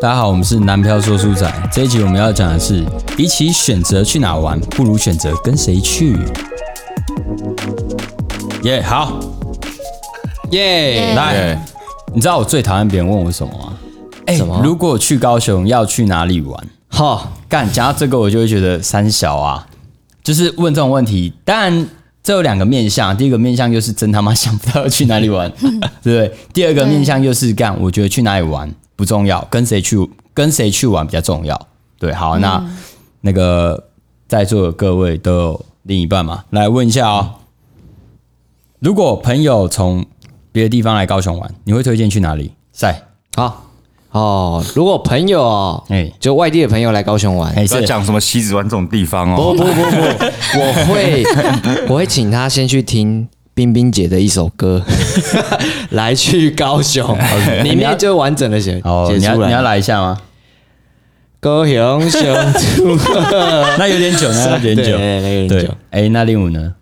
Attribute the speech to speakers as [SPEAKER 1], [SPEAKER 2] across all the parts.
[SPEAKER 1] 大家好，我们是南漂说书仔。这一集我们要讲的是，比起选择去哪玩，不如选择跟谁去。耶、好，耶、来。你知道我最讨厌别人问我什么吗？哎、
[SPEAKER 2] 什么
[SPEAKER 1] 如果去高雄要去哪里玩？
[SPEAKER 2] 好，
[SPEAKER 1] 干，讲到这个我就会觉得三小啊，就是问这种问题。当然，这有两个面向，第一个面向就是真他妈想不到要去哪里玩，对不对？第二个面向就是干，我觉得去哪里玩不重要，跟谁去跟谁去玩比较重要。对，好，那、那个在座的各位都有另一半嘛？来问一下哦，如果朋友从别的地方来高雄玩，你会推荐去哪里？赛，
[SPEAKER 2] 好，哦，如果朋友哦，
[SPEAKER 1] 哎
[SPEAKER 2] 就外地的朋友来高雄玩，
[SPEAKER 1] 哎，
[SPEAKER 3] 不要
[SPEAKER 1] 是
[SPEAKER 3] 讲什么西子湾这种地方
[SPEAKER 2] 不
[SPEAKER 3] 哦，
[SPEAKER 2] 不不不，我会 我会请他先去听冰冰姐的一首歌， 来去高雄，
[SPEAKER 1] 哎
[SPEAKER 2] 里面就完整的写
[SPEAKER 1] 哦，
[SPEAKER 2] 写
[SPEAKER 1] 你要
[SPEAKER 2] 出
[SPEAKER 1] 你要
[SPEAKER 2] 来。
[SPEAKER 1] 来一下吗？
[SPEAKER 2] 高雄雄 出
[SPEAKER 1] 那有点久，啊那有点久，
[SPEAKER 2] 对那有点久。
[SPEAKER 1] 哎，那令武呢？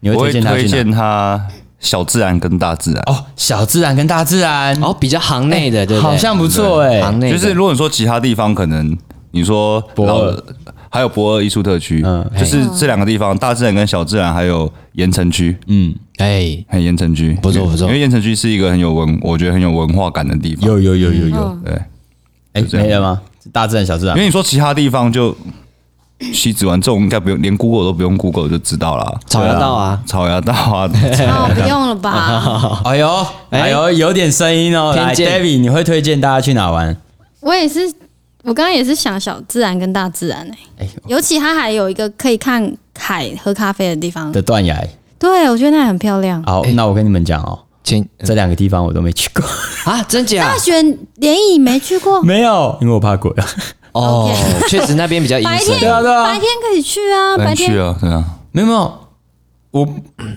[SPEAKER 1] 你会
[SPEAKER 3] 我
[SPEAKER 1] 推
[SPEAKER 3] 会
[SPEAKER 1] 荐他
[SPEAKER 3] 推
[SPEAKER 1] 去哪？
[SPEAKER 3] 荐他小自然跟大自然。
[SPEAKER 1] 哦，小自然跟大自然，
[SPEAKER 2] 哦，比较行内的，对不对
[SPEAKER 1] 哎好像不错哎。
[SPEAKER 2] 行内的
[SPEAKER 3] 就是如果你说其他地方，可能你说
[SPEAKER 1] 博
[SPEAKER 3] 老
[SPEAKER 1] 尔
[SPEAKER 3] 还有博尔艺术特区，
[SPEAKER 1] 嗯
[SPEAKER 3] 就是这两个地方，大自然跟小自然，还有盐城区，
[SPEAKER 1] 嗯，
[SPEAKER 2] 哎，
[SPEAKER 3] 很盐城区，
[SPEAKER 2] 不错
[SPEAKER 3] 因为
[SPEAKER 2] 不错
[SPEAKER 3] 因为盐城区是一个很有文，我觉得很有文化感的地方。
[SPEAKER 1] 有有有有有，
[SPEAKER 3] 对，
[SPEAKER 1] 哎，没了吗？大自然、小自然
[SPEAKER 3] 因，为你说其他地方就西子湾这种，应该不用连 Google 都不用 Google 就知道啦。
[SPEAKER 2] 草原道啊，
[SPEAKER 3] 草芽道啊，
[SPEAKER 4] 哦，不用了 吧？
[SPEAKER 1] 哎呦哎呦，有点声音哦。
[SPEAKER 2] 偏
[SPEAKER 1] 来
[SPEAKER 2] 见
[SPEAKER 1] ，David，你会推荐大家去哪玩？
[SPEAKER 4] 我也是，我刚刚也是想小自然跟大自然哎、
[SPEAKER 1] 哎
[SPEAKER 4] 尤其它还有一个可以看海、喝咖啡的地方。
[SPEAKER 1] 的断崖。
[SPEAKER 4] 对，我觉得那很漂
[SPEAKER 2] 啊
[SPEAKER 4] 亮。
[SPEAKER 1] 好，那我跟你们讲哦，
[SPEAKER 2] 请
[SPEAKER 1] 这两个地方我都没去过，
[SPEAKER 2] 啊，真假
[SPEAKER 4] 大？学联谊没去
[SPEAKER 2] 嗯
[SPEAKER 4] 过，
[SPEAKER 1] 没有， 因为我怕鬼啊。
[SPEAKER 2] 哦，确实那边 比较阴
[SPEAKER 4] 白天
[SPEAKER 2] 森
[SPEAKER 1] 对。啊对啊
[SPEAKER 4] 白，天可以去
[SPEAKER 2] 嗯
[SPEAKER 4] 啊，白
[SPEAKER 3] 很去
[SPEAKER 4] 天
[SPEAKER 3] 啊，对啊，
[SPEAKER 1] 没有没有，我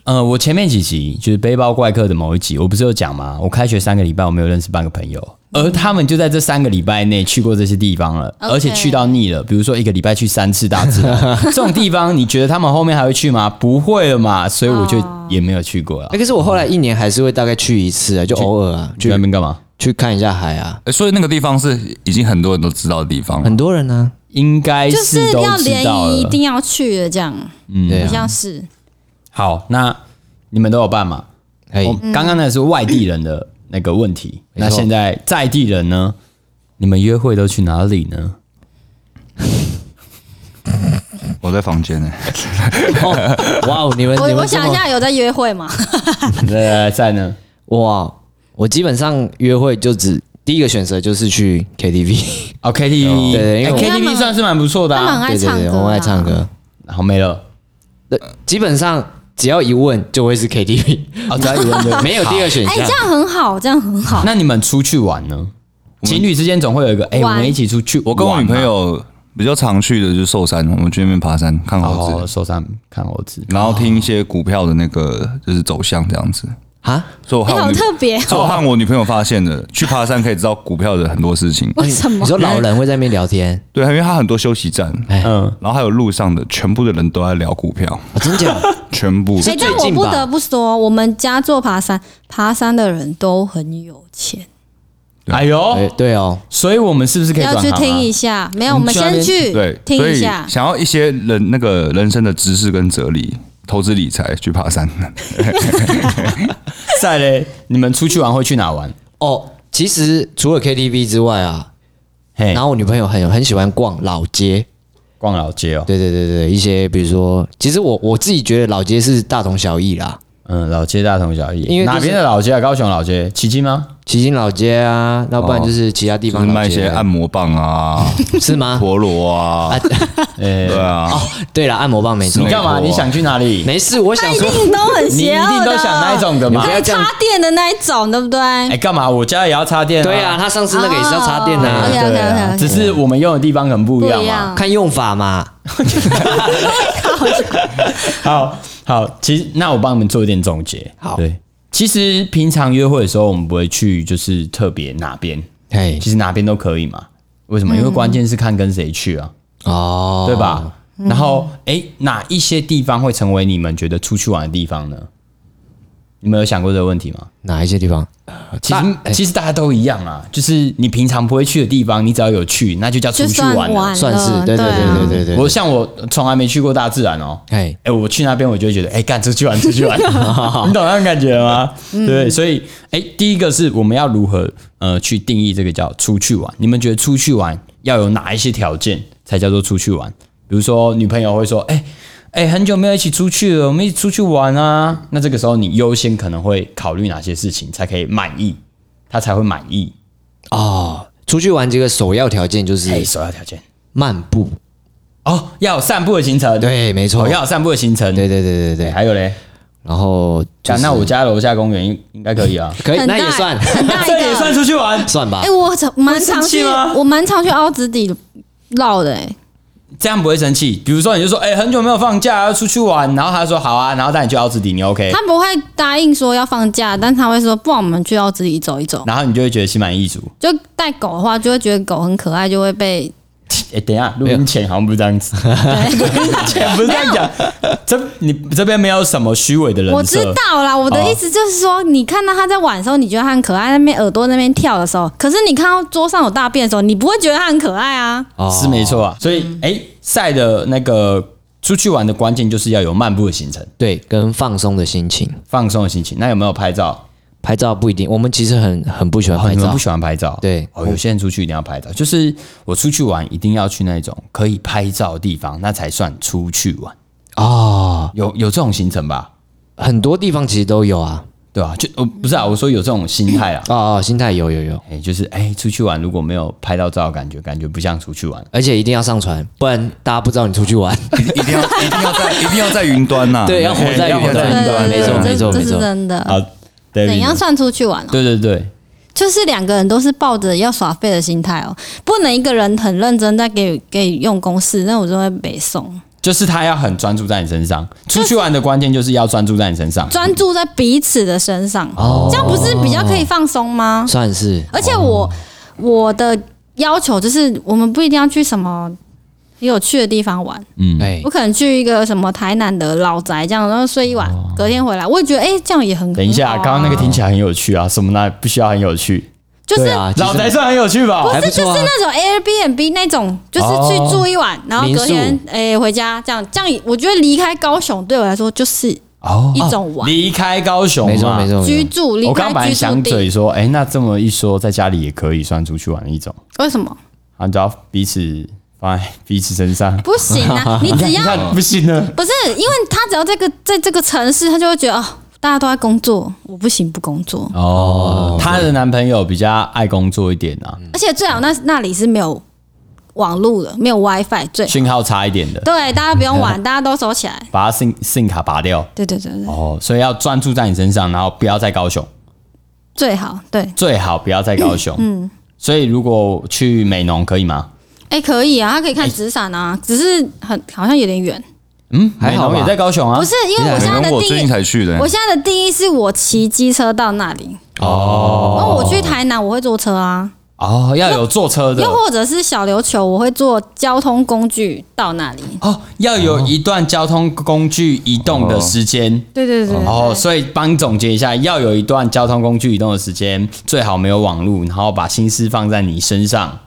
[SPEAKER 1] 呃，我前面几集就是背包怪客的某一集，我不是有讲吗？我开学三个礼拜，我没有认识半个朋友，而他们就在这三个礼拜内去过这些地方了，
[SPEAKER 4] OK
[SPEAKER 1] 而且去到腻了。比如说一个礼拜去三次大自 然，这种地方你觉得他们后面还会去吗？不会了嘛，所以我就也没有去过了
[SPEAKER 4] 哦
[SPEAKER 2] 哎，。可是我后来一年还是会大概去一次啊，就偶尔啊，
[SPEAKER 1] 去
[SPEAKER 2] 去
[SPEAKER 1] 那边干嘛？
[SPEAKER 2] 去看一下海啊，
[SPEAKER 3] 诶哎所以那个地方是已经很多人都知道的地方了。
[SPEAKER 2] 很多人啊呢，
[SPEAKER 1] 应该
[SPEAKER 4] 就是
[SPEAKER 1] 都
[SPEAKER 4] 要
[SPEAKER 1] 知
[SPEAKER 4] 联
[SPEAKER 1] 道
[SPEAKER 4] 谊一
[SPEAKER 1] 了。
[SPEAKER 4] 定要去的，这样
[SPEAKER 1] 嗯
[SPEAKER 2] 对
[SPEAKER 4] 好
[SPEAKER 2] 啊，
[SPEAKER 4] 像是。
[SPEAKER 1] 好，那你们都有办吗？
[SPEAKER 2] 哎
[SPEAKER 1] 我，刚刚那是外地人的那个问题，
[SPEAKER 2] 没
[SPEAKER 1] 那
[SPEAKER 2] 错
[SPEAKER 1] 现在在地人呢？你们约会都去哪里呢？
[SPEAKER 3] 我在房间呢、欸
[SPEAKER 2] 哦哇哦，你们
[SPEAKER 4] 我
[SPEAKER 2] 你
[SPEAKER 4] 我
[SPEAKER 2] 们这
[SPEAKER 4] 想一
[SPEAKER 2] 么
[SPEAKER 4] 下，有在约会 吗？
[SPEAKER 1] 来来呃在呢？
[SPEAKER 2] 哇，我基本上约会就只第一个选择就是去 KTV，
[SPEAKER 1] 哦，KTV，
[SPEAKER 2] 对对因为
[SPEAKER 1] 哎
[SPEAKER 2] 我
[SPEAKER 4] 他
[SPEAKER 1] ，KTV
[SPEAKER 4] 们
[SPEAKER 1] 算是蛮不错的
[SPEAKER 4] 他们很
[SPEAKER 1] 啊。
[SPEAKER 4] 爱
[SPEAKER 2] 对对
[SPEAKER 4] 唱
[SPEAKER 2] 对，
[SPEAKER 4] 歌，
[SPEAKER 2] 我爱唱。歌，
[SPEAKER 4] 啊
[SPEAKER 1] 好，没了。
[SPEAKER 2] 对，基本上只要一问就会是 KTV，
[SPEAKER 1] 哦，只要有人就
[SPEAKER 2] 没有第二。选
[SPEAKER 4] 哎，
[SPEAKER 2] 项
[SPEAKER 4] 这。样很好，这样很好
[SPEAKER 1] 好。那你们出去玩呢？情侣之间总会有一个，哎，我
[SPEAKER 4] 玩
[SPEAKER 1] 们一起出去玩嘛。
[SPEAKER 3] 我跟我女朋友比较常去的就是寿山，我们去那边爬山看猴子，
[SPEAKER 1] 哦，受伤看猴子。
[SPEAKER 3] 然后听一些股票的那个就是走向这样子。
[SPEAKER 2] 啊，
[SPEAKER 3] 所以我
[SPEAKER 4] 哎，
[SPEAKER 3] 和我
[SPEAKER 4] 好
[SPEAKER 3] 女，
[SPEAKER 4] 特别
[SPEAKER 3] 所以我
[SPEAKER 4] 哦。
[SPEAKER 3] 和我女朋友发现的，去爬山可以知道股票的很多 事情。
[SPEAKER 4] 为什
[SPEAKER 2] 你
[SPEAKER 4] 么？
[SPEAKER 2] 说老人会在那边聊天，
[SPEAKER 3] 对，因为它很多休息站，
[SPEAKER 1] 嗯，
[SPEAKER 3] 然后还有路上的全部的人都在聊股票，
[SPEAKER 2] 啊 真假？
[SPEAKER 3] 全部。
[SPEAKER 4] 哎、但
[SPEAKER 2] 最
[SPEAKER 4] 我
[SPEAKER 2] 近
[SPEAKER 4] 不
[SPEAKER 2] 吧
[SPEAKER 4] 得不说，我们家做爬山，爬山的人都很有钱，
[SPEAKER 1] 哎呦
[SPEAKER 2] 哎，，对哦，
[SPEAKER 1] 所以我们是不是可以
[SPEAKER 4] 要
[SPEAKER 1] 转
[SPEAKER 4] 去
[SPEAKER 1] 行啊
[SPEAKER 4] 听一下。没有，我
[SPEAKER 1] 你
[SPEAKER 4] 们
[SPEAKER 1] 去那
[SPEAKER 4] 先
[SPEAKER 1] 边
[SPEAKER 4] 去
[SPEAKER 3] 对，
[SPEAKER 4] 听
[SPEAKER 3] 所
[SPEAKER 4] 一
[SPEAKER 3] 以
[SPEAKER 4] 下。
[SPEAKER 3] 想要一些人那个人生的知识跟哲理，投资理财去爬山。
[SPEAKER 1] 在嘞？你们出去玩会去哪玩？
[SPEAKER 2] 哦，其实除了 KTV 之外啊，
[SPEAKER 3] 哎
[SPEAKER 1] 嘿
[SPEAKER 2] 然，后我女朋友很很喜欢逛老街，
[SPEAKER 1] 逛老街哦。
[SPEAKER 2] 对对对对，一些比如说，其实我我自己觉得老街是大同小异啦，
[SPEAKER 1] 嗯，老街大同小异。
[SPEAKER 2] 因为就是
[SPEAKER 1] 哪边的老街啊？高雄老街，旗津吗？
[SPEAKER 2] 旗津老街啊，要不然就是其他地
[SPEAKER 3] 哦就是
[SPEAKER 2] 方老
[SPEAKER 3] 卖一
[SPEAKER 2] 街
[SPEAKER 3] 些按摩棒 啊、
[SPEAKER 2] 是吗？
[SPEAKER 3] 陀螺 啊，
[SPEAKER 1] 哎，
[SPEAKER 3] 对啊，
[SPEAKER 2] 对了，按摩棒没错
[SPEAKER 1] 你。干嘛？
[SPEAKER 3] 没有
[SPEAKER 1] 你想去哪里？
[SPEAKER 2] 没事，我想
[SPEAKER 4] 一
[SPEAKER 2] 说，
[SPEAKER 4] 定都很
[SPEAKER 1] 你一
[SPEAKER 4] 邪恶的，
[SPEAKER 1] 定都想那一种的嘛
[SPEAKER 2] 你不要
[SPEAKER 4] 会
[SPEAKER 2] 这样
[SPEAKER 4] 插电的那一种，对不对？
[SPEAKER 1] 哎，干嘛？我家也要插电。
[SPEAKER 2] 对啊，，他上次那个也是要插电的、
[SPEAKER 4] 哦
[SPEAKER 2] 啊，
[SPEAKER 1] 对啊，
[SPEAKER 4] OK，OK，OK，OK
[SPEAKER 1] 只是我们用的地方可能不
[SPEAKER 4] 不
[SPEAKER 1] 一样
[SPEAKER 4] 一
[SPEAKER 1] 嘛。
[SPEAKER 4] 样。
[SPEAKER 2] 看用法嘛。
[SPEAKER 1] 好好，其实那我帮你们做一点总结。
[SPEAKER 2] 好
[SPEAKER 1] 对，其实平常约会的时候，我们不会去就是特别哪边，
[SPEAKER 2] 嘿，
[SPEAKER 1] 其实哪边都可以嘛。为
[SPEAKER 4] 嗯
[SPEAKER 1] 什么？因为关键是看跟谁去啊，
[SPEAKER 2] 哦，
[SPEAKER 1] 对？吧？然后，哎，哪一些地方会成为你们觉得出去玩的地方呢？你们有想过这个问题吗？
[SPEAKER 2] 哪一些地方？
[SPEAKER 1] 其实哎其实大家都一样啊，就是你平常不会去的地方，你只要有去，那就叫出
[SPEAKER 4] 就
[SPEAKER 1] 去
[SPEAKER 4] 算
[SPEAKER 1] 玩啊了。
[SPEAKER 4] 了，
[SPEAKER 2] 算是对对
[SPEAKER 4] 哎啊
[SPEAKER 2] 对对对对。
[SPEAKER 1] 我像我从来没去过大自然哦，
[SPEAKER 2] 哎，
[SPEAKER 1] 哎、我去那边我就会觉得，哎、干出去玩，出去玩，你懂那种感觉吗？对，所以，哎、第一个是我们要如何呃去定义这个叫出去玩？你们觉得出去玩要有哪一些条件才叫做出去玩？比如说女朋友会说，哎、哎、很久没有一起出去了，我们一起出去玩啊。那这个时候你优先可能会考虑哪些事情才可以满意，他才会满意？
[SPEAKER 2] 哦，出去玩这个首要条件就
[SPEAKER 1] 哎、
[SPEAKER 2] 是
[SPEAKER 1] 首要条件
[SPEAKER 2] 漫步。
[SPEAKER 1] 哦，要有散步的行程，，
[SPEAKER 2] 对，没错
[SPEAKER 1] 哦，。要有散步的行程，
[SPEAKER 2] 对对对对
[SPEAKER 1] 对，
[SPEAKER 2] 对。
[SPEAKER 1] 还有嘞，
[SPEAKER 2] 然后就
[SPEAKER 1] 讲
[SPEAKER 2] 是
[SPEAKER 1] 那我家楼下公园应应该可以啊。
[SPEAKER 2] 可以，
[SPEAKER 4] 很
[SPEAKER 2] 那
[SPEAKER 4] 大
[SPEAKER 2] 也 算
[SPEAKER 4] 很大一
[SPEAKER 1] 这也算
[SPEAKER 4] 个。
[SPEAKER 1] 出去玩？
[SPEAKER 2] 算吧
[SPEAKER 4] 哎，。我蛮常
[SPEAKER 1] 会生气
[SPEAKER 4] 去，
[SPEAKER 1] 吗
[SPEAKER 4] 我蛮常去凹子底绕的，哎，
[SPEAKER 1] 这样不会生气。比如说，你就说，哎、很久没有放假，要出去玩，然后他说好啊，然后带你去奥斯迪，你 OK，
[SPEAKER 4] 他不会答应说要放假，但他会说，不然我们去凹子底走一走。
[SPEAKER 1] 然后你就会觉得心满意足。
[SPEAKER 4] 就带狗的话，就会觉得狗很可爱，就会被
[SPEAKER 1] 哎、等一下，录音前好像不是这样子，录音前不是这样讲。这你这边没有什么虚伪的人设，
[SPEAKER 4] 我知道啦，我的
[SPEAKER 2] 哦
[SPEAKER 4] 意思就是说，你看到它在玩的时候，你觉得它很可爱，那边耳朵那边跳的时候，可是你看到桌上有大便的时候，你不会觉得它很可爱啊。
[SPEAKER 2] 哦
[SPEAKER 1] 是没错啊。所以，哎、赛的那个出去玩的关键就是要有漫步的行程，
[SPEAKER 2] 对，跟放松的心情。
[SPEAKER 1] 放松的心情。那有没有拍照？
[SPEAKER 2] 拍照不一定，我们其实很很不喜欢
[SPEAKER 1] 哦，
[SPEAKER 2] 拍
[SPEAKER 1] 你们
[SPEAKER 2] 照
[SPEAKER 1] 不。喜欢拍照？
[SPEAKER 2] 对
[SPEAKER 1] 哦，有些人出去一定要拍照。就是我出去玩一定要去那种可以拍照的地方，那才算出去玩。
[SPEAKER 2] 哦，
[SPEAKER 1] 有有这种行程吧？
[SPEAKER 2] 很多地方其实都有啊。，
[SPEAKER 1] 对吧、就哦，不是啊，我说有这种心态啊
[SPEAKER 2] 哦哦，心态有有有，
[SPEAKER 1] 哎、就是哎、出去玩如果没有拍到照，感觉感觉不像出去玩。
[SPEAKER 2] 而且一定要上传，不然大家不知道你出 去玩。
[SPEAKER 3] 一定要一定要在一定要在云端呐，
[SPEAKER 2] 对要活在
[SPEAKER 3] 哎要
[SPEAKER 2] 云端
[SPEAKER 4] 对
[SPEAKER 2] 对啊
[SPEAKER 4] 对
[SPEAKER 2] 没
[SPEAKER 4] 对，
[SPEAKER 2] 错
[SPEAKER 4] 这
[SPEAKER 2] 没错
[SPEAKER 4] 这
[SPEAKER 2] 没
[SPEAKER 4] 是
[SPEAKER 2] 错
[SPEAKER 4] 真的。
[SPEAKER 1] 好，
[SPEAKER 4] 怎
[SPEAKER 1] 怎
[SPEAKER 4] 样？算出去玩哦？
[SPEAKER 1] 对对对，
[SPEAKER 4] 就是两个人都是抱着要耍废的心态哦，不能一个人很认真在给给你用公式，那我就会北送。
[SPEAKER 1] 就是他要很专注在你身上。出去玩的关键就是要专注在你身上。
[SPEAKER 4] 专注在彼此的身上，
[SPEAKER 2] 哦
[SPEAKER 4] 这样不是比较可以放松吗？
[SPEAKER 2] 算是，
[SPEAKER 4] 而且
[SPEAKER 2] 哦
[SPEAKER 4] 我、我的要求就是，我们不一定要去什么很有趣的地方玩，
[SPEAKER 1] 嗯，
[SPEAKER 2] 哎
[SPEAKER 4] 我，可能去一个什么台南的老宅这样，然后睡一晚，隔天回来，我也觉得哎、诶这样也很
[SPEAKER 1] 哦等一下，
[SPEAKER 4] 很好啊
[SPEAKER 1] 刚刚那个听起来很有趣啊，什么呢？不需要很有趣，
[SPEAKER 4] 就是
[SPEAKER 2] 对啊，其实
[SPEAKER 1] 老宅算很有趣吧？
[SPEAKER 2] 还不
[SPEAKER 4] 就是
[SPEAKER 2] 错啊。
[SPEAKER 4] 那种 Airbnb 那种，就是去住一晚，然后隔天诶、回家，这样这样，我觉得离开高雄对我来说就是
[SPEAKER 1] 哦
[SPEAKER 4] 一种玩、
[SPEAKER 1] 离开高雄嘛啊
[SPEAKER 2] 没错没。错，
[SPEAKER 4] 居
[SPEAKER 2] 没错
[SPEAKER 4] 住，离
[SPEAKER 1] 我刚刚本
[SPEAKER 4] 开
[SPEAKER 1] 来
[SPEAKER 4] 居住
[SPEAKER 1] 想
[SPEAKER 4] 地。
[SPEAKER 1] 嘴说，哎、那这么一说，在家里也可以算出去玩的一种，
[SPEAKER 4] 为什么
[SPEAKER 1] 啊，你只要彼此放在彼此身 上，
[SPEAKER 4] 不行 啊？你只
[SPEAKER 1] 你
[SPEAKER 4] 要
[SPEAKER 1] 看不行
[SPEAKER 2] 啊
[SPEAKER 1] 呢。
[SPEAKER 4] 不是因为他只要这个在这个城市，他就会觉得哦，大家都在工作，我不行不工作，
[SPEAKER 1] 哦，她的男朋友比较爱工作一点啊，
[SPEAKER 4] 而且最好那那里是没有网络的，没有 WiFi 最
[SPEAKER 1] 讯号差一点的，
[SPEAKER 4] 对，大家不用玩，大家都收起来。
[SPEAKER 1] 把他信信卡拔掉。
[SPEAKER 4] 对对对对，
[SPEAKER 1] 哦，所以要专注在你身上，然后不要在高雄，
[SPEAKER 4] 最好对。
[SPEAKER 1] 最好不要在高雄。嗯，所以如果去美农可以吗？
[SPEAKER 4] 哎、可以啊，他可以看纸伞啊，只是很好像有点远。
[SPEAKER 1] 嗯，
[SPEAKER 2] 还好吧
[SPEAKER 1] 美农也在高雄啊。
[SPEAKER 4] 不是，因为我现在的
[SPEAKER 3] 哎我最
[SPEAKER 4] 定
[SPEAKER 3] 近
[SPEAKER 4] 义，
[SPEAKER 3] 才去的
[SPEAKER 4] 我，现在的定义是我骑机车到那里。哦，那我去台南我会坐车啊，
[SPEAKER 1] 哦，要有坐车的
[SPEAKER 4] 又或者是小琉球我会坐交通工具到那里。
[SPEAKER 1] 哦，要有一段交通工具移动的时间。
[SPEAKER 4] 对对对对
[SPEAKER 1] 哦，所以帮你总结一下，要有一段交通工具移动的时间，最好没有网路，然后把心思放在你身上。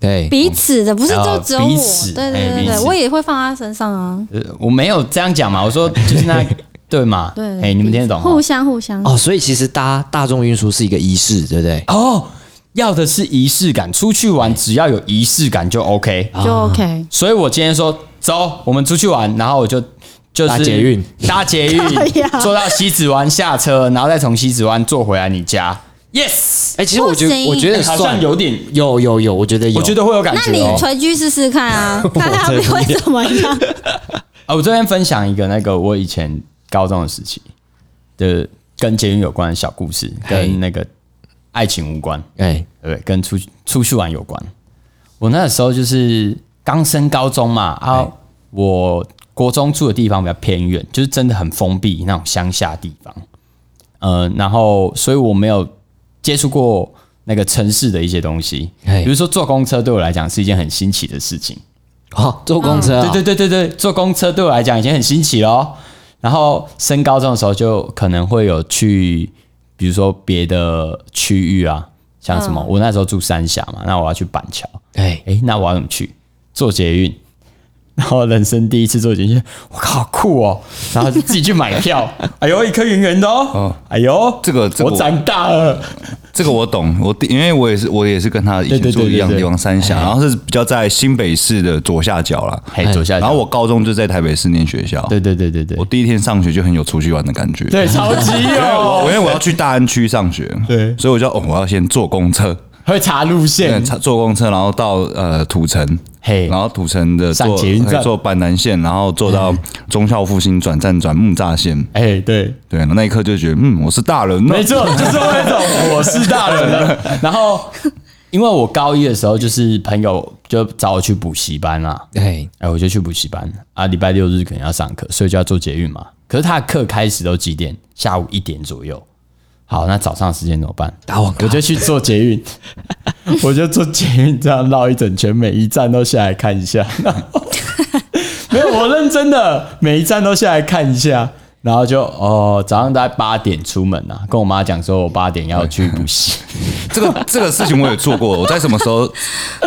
[SPEAKER 2] 对，
[SPEAKER 4] 彼此的不是就只有
[SPEAKER 1] 哦彼
[SPEAKER 4] 我
[SPEAKER 1] 此，
[SPEAKER 4] 对
[SPEAKER 1] 哎
[SPEAKER 4] 对对
[SPEAKER 1] 彼
[SPEAKER 4] 对，
[SPEAKER 1] 此
[SPEAKER 4] 我也会放在他身上啊。
[SPEAKER 1] 呃，我没有这样讲嘛，我 说就是那对嘛，
[SPEAKER 4] 对，
[SPEAKER 1] 哎，你们听得懂
[SPEAKER 4] 互
[SPEAKER 1] 哦？
[SPEAKER 4] 相互相。
[SPEAKER 2] 哦，所以其实搭大众运输是一个仪式，对不对？
[SPEAKER 1] 哦，要的是仪式感，出去玩只要有仪式感就 OK。
[SPEAKER 4] 就 OK，
[SPEAKER 1] 所以我今天说走，我们出去玩，然后我就就是
[SPEAKER 2] 搭捷运，
[SPEAKER 1] 搭捷 运
[SPEAKER 4] 哎
[SPEAKER 1] 坐到西子湾下车，然后再从西子湾坐回来你家。Yes，
[SPEAKER 2] 哎，其实我觉
[SPEAKER 4] 不
[SPEAKER 2] 得
[SPEAKER 4] 行
[SPEAKER 2] 我觉得
[SPEAKER 1] 好
[SPEAKER 2] 算
[SPEAKER 1] 像有点，
[SPEAKER 2] 有有有，我觉得有，
[SPEAKER 1] 我觉得会有感
[SPEAKER 4] 那
[SPEAKER 1] 觉
[SPEAKER 4] 你
[SPEAKER 1] 哦。
[SPEAKER 4] 垂居试试 看啊，看他们会怎么样。
[SPEAKER 1] 啊，我这边分享一个那个我以前高中的时期的跟捷运有关的小故事，
[SPEAKER 2] 嘿
[SPEAKER 1] 跟那个爱情无关。
[SPEAKER 2] 哎，
[SPEAKER 1] 对不对？跟出去出去玩有关。我那个时候就是刚升高中嘛，啊，我国中住的地方比较偏远，就是真的很封闭那种乡下地方。呃，然后所以我没有接触过那个城市的一些东西，
[SPEAKER 2] 嘿
[SPEAKER 1] 比如说坐公车对我来讲是一件很新奇的事情。
[SPEAKER 2] 好，坐公车啊，
[SPEAKER 3] 嗯
[SPEAKER 1] 嗯对对对对对，坐公车对我来讲已经很新奇咯。哦然后升高中的时候就可能会有去，比如说别的区域啊，像什么，
[SPEAKER 3] 嗯
[SPEAKER 1] 我那时候住三峡嘛，那我要去板桥，
[SPEAKER 2] 哎，
[SPEAKER 1] 哎、那我要怎么去？坐捷运。 然后人生第一次坐捷运，我靠，好酷哦！然后就自己去买 票，哎呦，一颗圆圆的哦，哎呦，
[SPEAKER 3] 嗯这个这个
[SPEAKER 1] 我
[SPEAKER 3] 我
[SPEAKER 1] 长大了，
[SPEAKER 3] 这个我懂，我弟因为我也是我也是跟他以
[SPEAKER 1] 对对
[SPEAKER 3] 前
[SPEAKER 1] 对
[SPEAKER 3] 住一样的地
[SPEAKER 1] 对
[SPEAKER 3] 方
[SPEAKER 1] 对
[SPEAKER 3] 三峡，然后是比较在新北市的左下角啦。
[SPEAKER 1] 嘿，左下角。
[SPEAKER 3] 然后我高中就在台北市念学校，
[SPEAKER 1] 对对对对对
[SPEAKER 3] 我，第一天上学就很有出去玩的感觉。
[SPEAKER 1] 对，超级哦 有，
[SPEAKER 3] 我因为我要去大安区上学，
[SPEAKER 1] 对
[SPEAKER 3] 所以我就要哦，我要先坐公车，
[SPEAKER 1] 会查路线
[SPEAKER 3] 嗯，坐公车，然后到呃土城，
[SPEAKER 1] 嘿
[SPEAKER 3] 然后土城的
[SPEAKER 1] 上
[SPEAKER 3] 坐
[SPEAKER 1] 捷运站
[SPEAKER 3] 坐板南线，然后坐到忠孝复兴转站转木栅线，
[SPEAKER 1] 哎，对，
[SPEAKER 3] 对，那一刻就觉得嗯，我是大人了
[SPEAKER 1] 没，错，就是那种我是大人了。 然后，因为我高一的时候，就是朋友就找我去补习班啦，
[SPEAKER 2] 哎，
[SPEAKER 1] 哎，我就去补习班啊，礼拜六日可能要上课，所以就要做捷运嘛。可是他的课开始都几点？下午一点左右。好，那早上的时间怎么办？
[SPEAKER 2] 打网咖
[SPEAKER 1] 我就去做捷 运，我就做捷运，这样绕一整圈，每一站都下来看一 下。然后没有，我认真的，每一站都下来看一下，然后就哦，早上大概八点出门啊，跟我妈讲说我八点要去补 习。
[SPEAKER 3] 这个这个事情我也做过，我在什么时候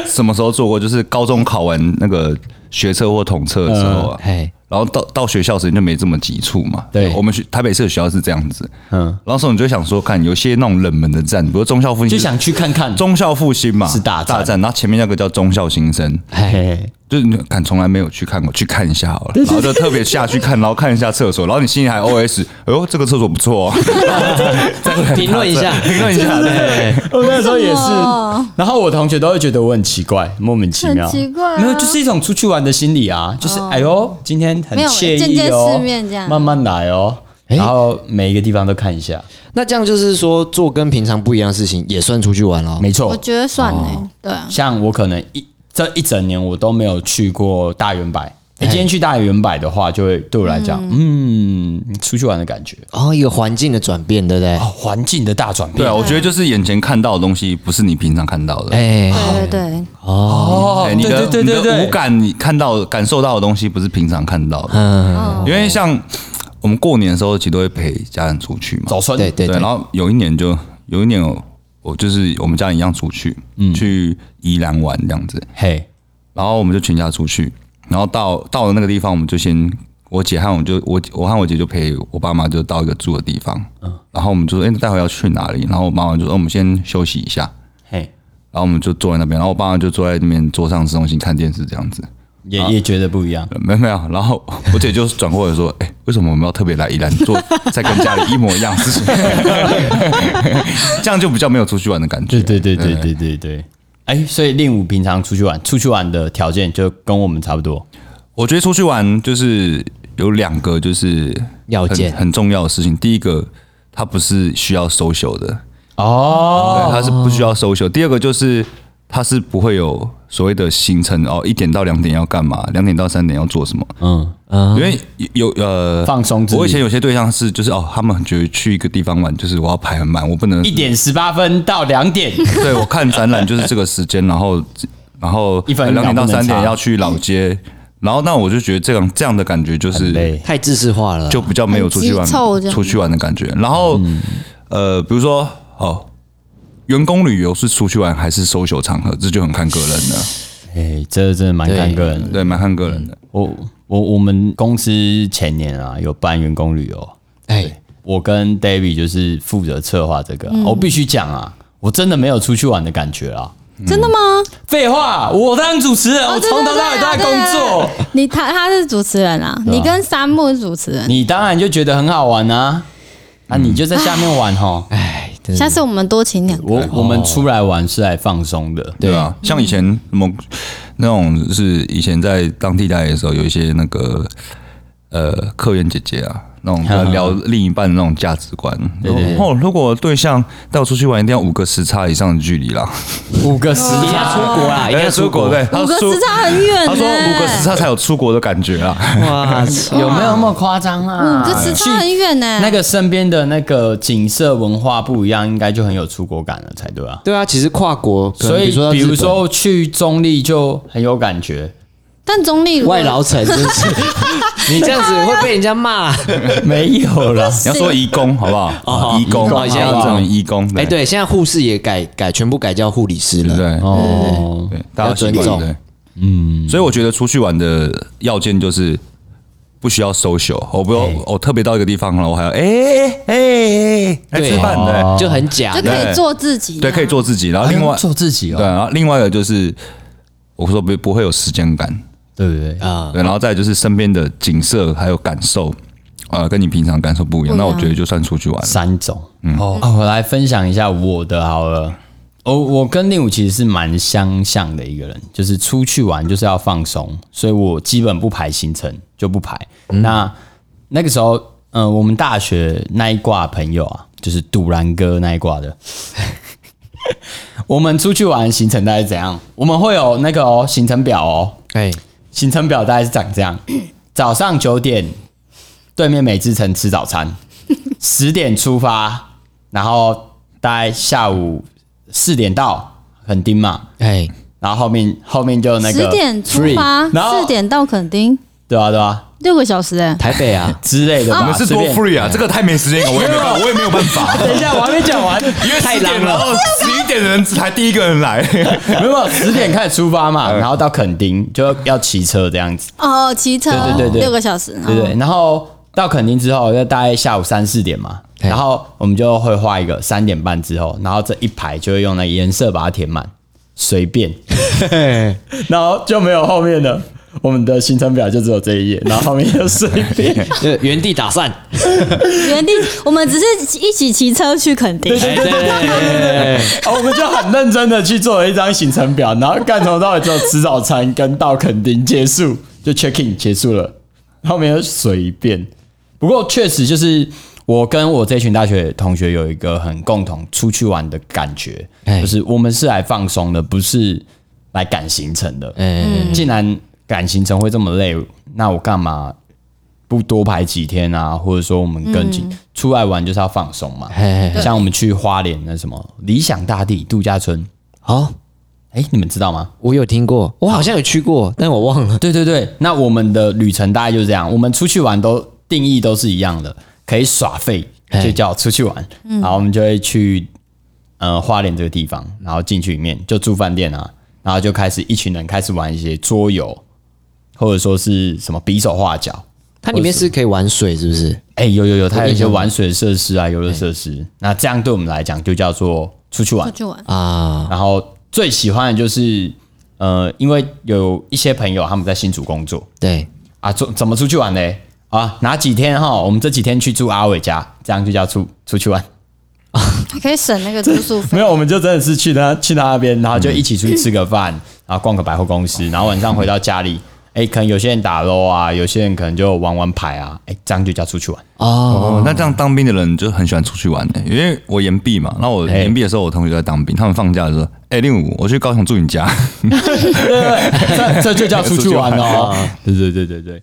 [SPEAKER 3] 什么时候做过？就是高中考完那个学测或统测的时候啊，
[SPEAKER 2] 哎，
[SPEAKER 3] 然后到到学校时间就没这么急促嘛。
[SPEAKER 1] 嗯对
[SPEAKER 3] 我们学台北市的学校是这样子，
[SPEAKER 1] 嗯
[SPEAKER 3] 嗯，然后时候你就想说，看有些那种冷门的站，比如忠孝复兴，
[SPEAKER 1] 就想去看 看
[SPEAKER 3] 忠孝复兴嘛，
[SPEAKER 1] 是大站
[SPEAKER 3] 大站，然后前面那个叫忠孝新生。
[SPEAKER 2] 哎，
[SPEAKER 3] 就是你看，从来没有去看过，去看一下好了，然后就特别下去看，然后看一下厕所，然后你心里还 O S，哎呦，这个厕所不错哦，
[SPEAKER 2] 评论 一下，
[SPEAKER 3] 评论一下，对，
[SPEAKER 1] 我那时候也
[SPEAKER 4] 为什 么
[SPEAKER 1] 是，然后我同学都会觉得我很奇怪，莫名其妙，
[SPEAKER 4] 很奇怪啊哦
[SPEAKER 1] 没有，就是一种出去玩的心理啊，就是、哎呦，今天很
[SPEAKER 4] 没有
[SPEAKER 1] 惬意哦，
[SPEAKER 4] 见见世面这样
[SPEAKER 1] 慢慢来哦，
[SPEAKER 2] 哎
[SPEAKER 1] 然后每一个地方都看一下，
[SPEAKER 2] 那这样就是说，做跟平常不一样的事情也算出去玩了。
[SPEAKER 1] 没
[SPEAKER 4] 我
[SPEAKER 1] 错，
[SPEAKER 4] 觉得算哎、对啊，
[SPEAKER 1] 像我可能一这一整年我都没有去过大圆柏。你今天去大圆柏的话，就会对我来讲，嗯，出去玩的感觉，
[SPEAKER 2] 哦，一个环境的转变，对不对
[SPEAKER 1] 哦，？环境的大转
[SPEAKER 3] 对
[SPEAKER 1] 变
[SPEAKER 3] 啊，，我觉得就是眼前看到的东西，不是你平常看到的，
[SPEAKER 2] 哎，
[SPEAKER 4] 对对对，
[SPEAKER 1] 哦
[SPEAKER 3] 哎，
[SPEAKER 1] 对
[SPEAKER 3] 你的
[SPEAKER 1] 对对对
[SPEAKER 3] 你的
[SPEAKER 1] 对，
[SPEAKER 3] 五感，你看到感受到的东西，不是平常看到的。
[SPEAKER 2] 嗯，
[SPEAKER 4] 哦，
[SPEAKER 3] 因为像我们过年的时候，其实都会陪家人出去嘛。
[SPEAKER 1] 走村，
[SPEAKER 2] 对对
[SPEAKER 3] 然后有一年就有一年我我就是我们家人一样出去，去宜兰玩这样子，
[SPEAKER 1] 嘿，
[SPEAKER 3] 然后我们就全家出去，然后到到了那个地方，我们就先我姐和我就我我和我姐就陪我爸妈就到一个住的地方，然后我们就说，哎、待会要去哪里？然后我妈妈就说，哦我们先休息一下，
[SPEAKER 1] 嘿，
[SPEAKER 3] 然后我们就坐在那边，然后我爸妈就坐在那边桌上吃东西看电视这样子。呃
[SPEAKER 1] 也也觉得不一样，
[SPEAKER 3] 没有没有，然后 我姐就转过来说：“哎、为什么我们要特别来宜兰做， 在跟家里一模一样的事情？ 这样就比较没有出去玩的感觉。”
[SPEAKER 1] 对对对对对对对。哎，所以令武平常出去玩，出去玩的条件就跟我们差不多。
[SPEAKER 3] 我觉得出去玩就是有两个就是
[SPEAKER 2] 要
[SPEAKER 3] 很
[SPEAKER 2] 件
[SPEAKER 3] 很重要的事情。第一个，它不是需要 social 的，
[SPEAKER 1] 哦，
[SPEAKER 3] 对，它是不需要 social。第二个就是它是不会有所谓的行程哦，一点到两点要干嘛，两点到三点要做什么。
[SPEAKER 1] 嗯，
[SPEAKER 3] 因为有呃
[SPEAKER 1] 放松自己
[SPEAKER 3] 我以前有些对象是就是哦，他们觉得去一个地方玩，就是我要排很满，我不能
[SPEAKER 1] 一点十八分到两 点，
[SPEAKER 3] 对我看展览就是这个时间，然后然后
[SPEAKER 1] 一分一秒
[SPEAKER 3] 两点到三
[SPEAKER 1] 不能
[SPEAKER 3] 点
[SPEAKER 1] 差
[SPEAKER 3] 要去老街，然后那我就觉得这样这样的感觉就
[SPEAKER 1] 很
[SPEAKER 3] 是
[SPEAKER 1] 累。
[SPEAKER 2] 太知识化了，
[SPEAKER 3] 就比较没有出去玩
[SPEAKER 4] 很急凑这样
[SPEAKER 3] 出去玩的感觉。然后、
[SPEAKER 1] 嗯
[SPEAKER 3] 呃，比如说哦，员工旅游是出去玩还是 social 场合，这就很看个人的，
[SPEAKER 1] 哎，这真的蛮看个人的。
[SPEAKER 3] 对，蛮看个人的。
[SPEAKER 1] 我我我们公司前年啊有办员工旅游，
[SPEAKER 2] 哎，
[SPEAKER 1] 我跟 David 就是负责策划这个啊。我必须讲啊，我真的没有出去玩的感觉啊。
[SPEAKER 4] 真的吗？
[SPEAKER 1] 废话，我当主持人，我
[SPEAKER 4] 哦对
[SPEAKER 1] 从头到尾都在工作。。
[SPEAKER 4] 对对对对对你他他是主持人啊，你跟三木是主持人，
[SPEAKER 1] 你当然就觉得很好玩啊，啊，你就在下面玩吼。
[SPEAKER 2] 哎，真
[SPEAKER 4] 下
[SPEAKER 2] 的
[SPEAKER 4] 次我们多请两个。
[SPEAKER 1] 我我们出来玩是来放松的，
[SPEAKER 3] 对啊，像以前什么那种，就是以前在当地待的时候，有一些那个呃客源姐姐啊，那种要聊另一半的那种价值观。然后哦如果对象带我出去玩，一定要五个时差以上的距离 啦，
[SPEAKER 1] 五个啊时
[SPEAKER 2] 一定要出
[SPEAKER 1] 差，
[SPEAKER 2] 国
[SPEAKER 3] 啊
[SPEAKER 2] 啦，一定要出国，
[SPEAKER 3] 对，他
[SPEAKER 4] 五个
[SPEAKER 3] 说
[SPEAKER 4] 时差很远欸呢、
[SPEAKER 3] 他说五个时差才有出国的感觉啊啦。
[SPEAKER 2] 哇，
[SPEAKER 1] 有没有那么夸张啊？
[SPEAKER 4] 五个时差很远呢、欸
[SPEAKER 1] 那个身边的那个景色文化不一样，应该就很有出国感了才对啊。
[SPEAKER 2] 对啊，其实跨国，可能
[SPEAKER 1] 所以
[SPEAKER 2] 到
[SPEAKER 1] 比
[SPEAKER 2] 日
[SPEAKER 1] 如
[SPEAKER 2] 本
[SPEAKER 1] 说去中立就很有感觉，
[SPEAKER 4] 但中立如果
[SPEAKER 2] 外劳城是不 是？你这样子会被人家 骂。
[SPEAKER 1] 没有啦，
[SPEAKER 3] 你要说义工好不好？
[SPEAKER 2] 哦
[SPEAKER 3] 义工
[SPEAKER 2] 义，工
[SPEAKER 3] 现在要成义工，
[SPEAKER 2] 哎，对，现在护士也改改，全部改叫护理师
[SPEAKER 3] 对不
[SPEAKER 2] 了。
[SPEAKER 3] 对？
[SPEAKER 1] 哦，
[SPEAKER 3] 对，大家
[SPEAKER 2] 要尊
[SPEAKER 3] 习惯
[SPEAKER 2] 重
[SPEAKER 3] 对。
[SPEAKER 1] 嗯，
[SPEAKER 3] 所以我觉得出去玩的要件就是不需要 social，我不用我特别到一个地方了，我还要哎哎哎来
[SPEAKER 2] 对
[SPEAKER 3] 吃饭
[SPEAKER 1] 哦
[SPEAKER 3] 的，
[SPEAKER 2] 就很假
[SPEAKER 4] 就
[SPEAKER 2] 的。
[SPEAKER 4] 可以做自己，啊
[SPEAKER 3] 对，啊可以做。自己。然后另外
[SPEAKER 1] 做自己
[SPEAKER 3] 对，啊
[SPEAKER 1] 哦，
[SPEAKER 3] 然后另外一个就是我说不不会有时间感，
[SPEAKER 1] 对不对？
[SPEAKER 2] 啊，
[SPEAKER 3] 对，然后再来就是身边的景色还有感受，呃，跟你平常感受不一样，
[SPEAKER 4] 不一
[SPEAKER 3] 那
[SPEAKER 4] 样
[SPEAKER 3] 我觉得就算出去玩了。
[SPEAKER 1] 三种。哦、啊我来分享一下我的好了。哦，我跟令武其实是蛮相像的一个人，就是出去玩就是要放松，所以我基本不排行程就不排。那那个时候，嗯、我们大学那一挂朋友啊，就是杜兰哥那一挂的， 我们出去玩行程大概是怎样？我们会有那个哦行程表哦，
[SPEAKER 2] 哎，
[SPEAKER 1] 行程表大概是长 这样：早上九点，对面美之城吃早餐，十点出发，然后大概下午四点到垦丁嘛，
[SPEAKER 2] 哎，
[SPEAKER 1] 然后后面后面就那个
[SPEAKER 4] 十点出
[SPEAKER 1] free，
[SPEAKER 4] 发，
[SPEAKER 1] 然后
[SPEAKER 4] 四点到垦丁，
[SPEAKER 1] 对啊对啊，
[SPEAKER 4] 六个小时哎、
[SPEAKER 2] 台北啊
[SPEAKER 1] 之类
[SPEAKER 4] 哦
[SPEAKER 1] 的吧，
[SPEAKER 3] 你们是
[SPEAKER 1] 随
[SPEAKER 3] 多
[SPEAKER 1] 便
[SPEAKER 3] free 啊？这个太没时间感，我也没办法，我也没有办 法。
[SPEAKER 1] 等一下，我还没讲完，
[SPEAKER 3] 因为
[SPEAKER 1] 太
[SPEAKER 3] 十点，
[SPEAKER 1] 狼
[SPEAKER 3] 然
[SPEAKER 1] 了。
[SPEAKER 3] 后十一点的人才第一个人来，
[SPEAKER 1] 没有，十点开始出发
[SPEAKER 3] 嗯
[SPEAKER 1] 嘛，然后到垦丁就要骑车这样子。
[SPEAKER 4] 哦，骑车
[SPEAKER 1] 对对对对
[SPEAKER 4] 六个小时，
[SPEAKER 1] 对对，然后到垦丁之后，就大概下午三四点嘛，
[SPEAKER 2] 嘿
[SPEAKER 1] 然后我们就会画一个三点半之后，然后这一排就会用那个颜色把它填满，随便， 然后就没有后面的，我们的行程表就只有这一页，然后后面就随便，
[SPEAKER 2] 就原地打散。
[SPEAKER 4] 原地我们只是一起骑车去垦丁，
[SPEAKER 2] 哎对对对对对
[SPEAKER 1] 哦我们就很认真的去做了一张行程表，然后干从头到尾只有吃早餐跟到垦丁结束，就 check in 结束了，后面就随便。不过确实就是我跟我这群大学同学有一个很共同出去玩的感觉，
[SPEAKER 2] 哎
[SPEAKER 1] 就是我们是来放松的，不是来赶行程的。
[SPEAKER 2] 哎，
[SPEAKER 1] 既然赶行程会这么累，那我干嘛不多排几天啊？或者说我们跟紧、出来玩就是要放松嘛
[SPEAKER 2] 嘿嘿？
[SPEAKER 1] 像我们去花莲那什么理想大地度假村，
[SPEAKER 2] 好，
[SPEAKER 1] 哎、你们知道吗？
[SPEAKER 2] 我有听过，我好像有去过，但我忘了。
[SPEAKER 1] 对对对，那我们的旅程大概就是这样，我们出去玩都定义都是一样的，可以耍废
[SPEAKER 2] 嘿
[SPEAKER 1] 就叫出去玩，然后我们就会去呃花莲这个地方，然后进去里面就住饭店啊，然后就开始一群人开始玩一些桌游，或者说是什么比手画脚。
[SPEAKER 2] 它里面是可以玩水，是不是？
[SPEAKER 1] 哎、有有有，它有一些玩水设施啊，游乐设施。那这样对我们来讲就叫做出去玩
[SPEAKER 4] 出。去玩。
[SPEAKER 2] 啊，
[SPEAKER 1] 然后最喜欢的就是，呃，因为有一些朋友他们在新竹工作
[SPEAKER 2] 对，
[SPEAKER 1] 啊，怎怎么出去玩嘞？啊，哪几天哈？我们这几天去住阿伟家，这样就叫出出去玩。
[SPEAKER 4] 还可以省那个住宿费。
[SPEAKER 1] 没有，我们就真的是去他去他那边，然后就一起出去吃个饭，然后逛个百货公司，然后晚上回到家里，哎、可能有些人打 LO 啊，有些人可能就玩玩牌啊，哎、这样就叫出去玩。
[SPEAKER 2] 哦，
[SPEAKER 3] 哦，那这样当兵的人就很喜欢出去玩的、因为我延毕嘛，那我
[SPEAKER 1] 哎
[SPEAKER 3] 延毕的时候，我同学在当兵，他们放假的时候，哎、令武，我去高雄住你家，
[SPEAKER 1] 这这就叫出去玩哦。对对对对对，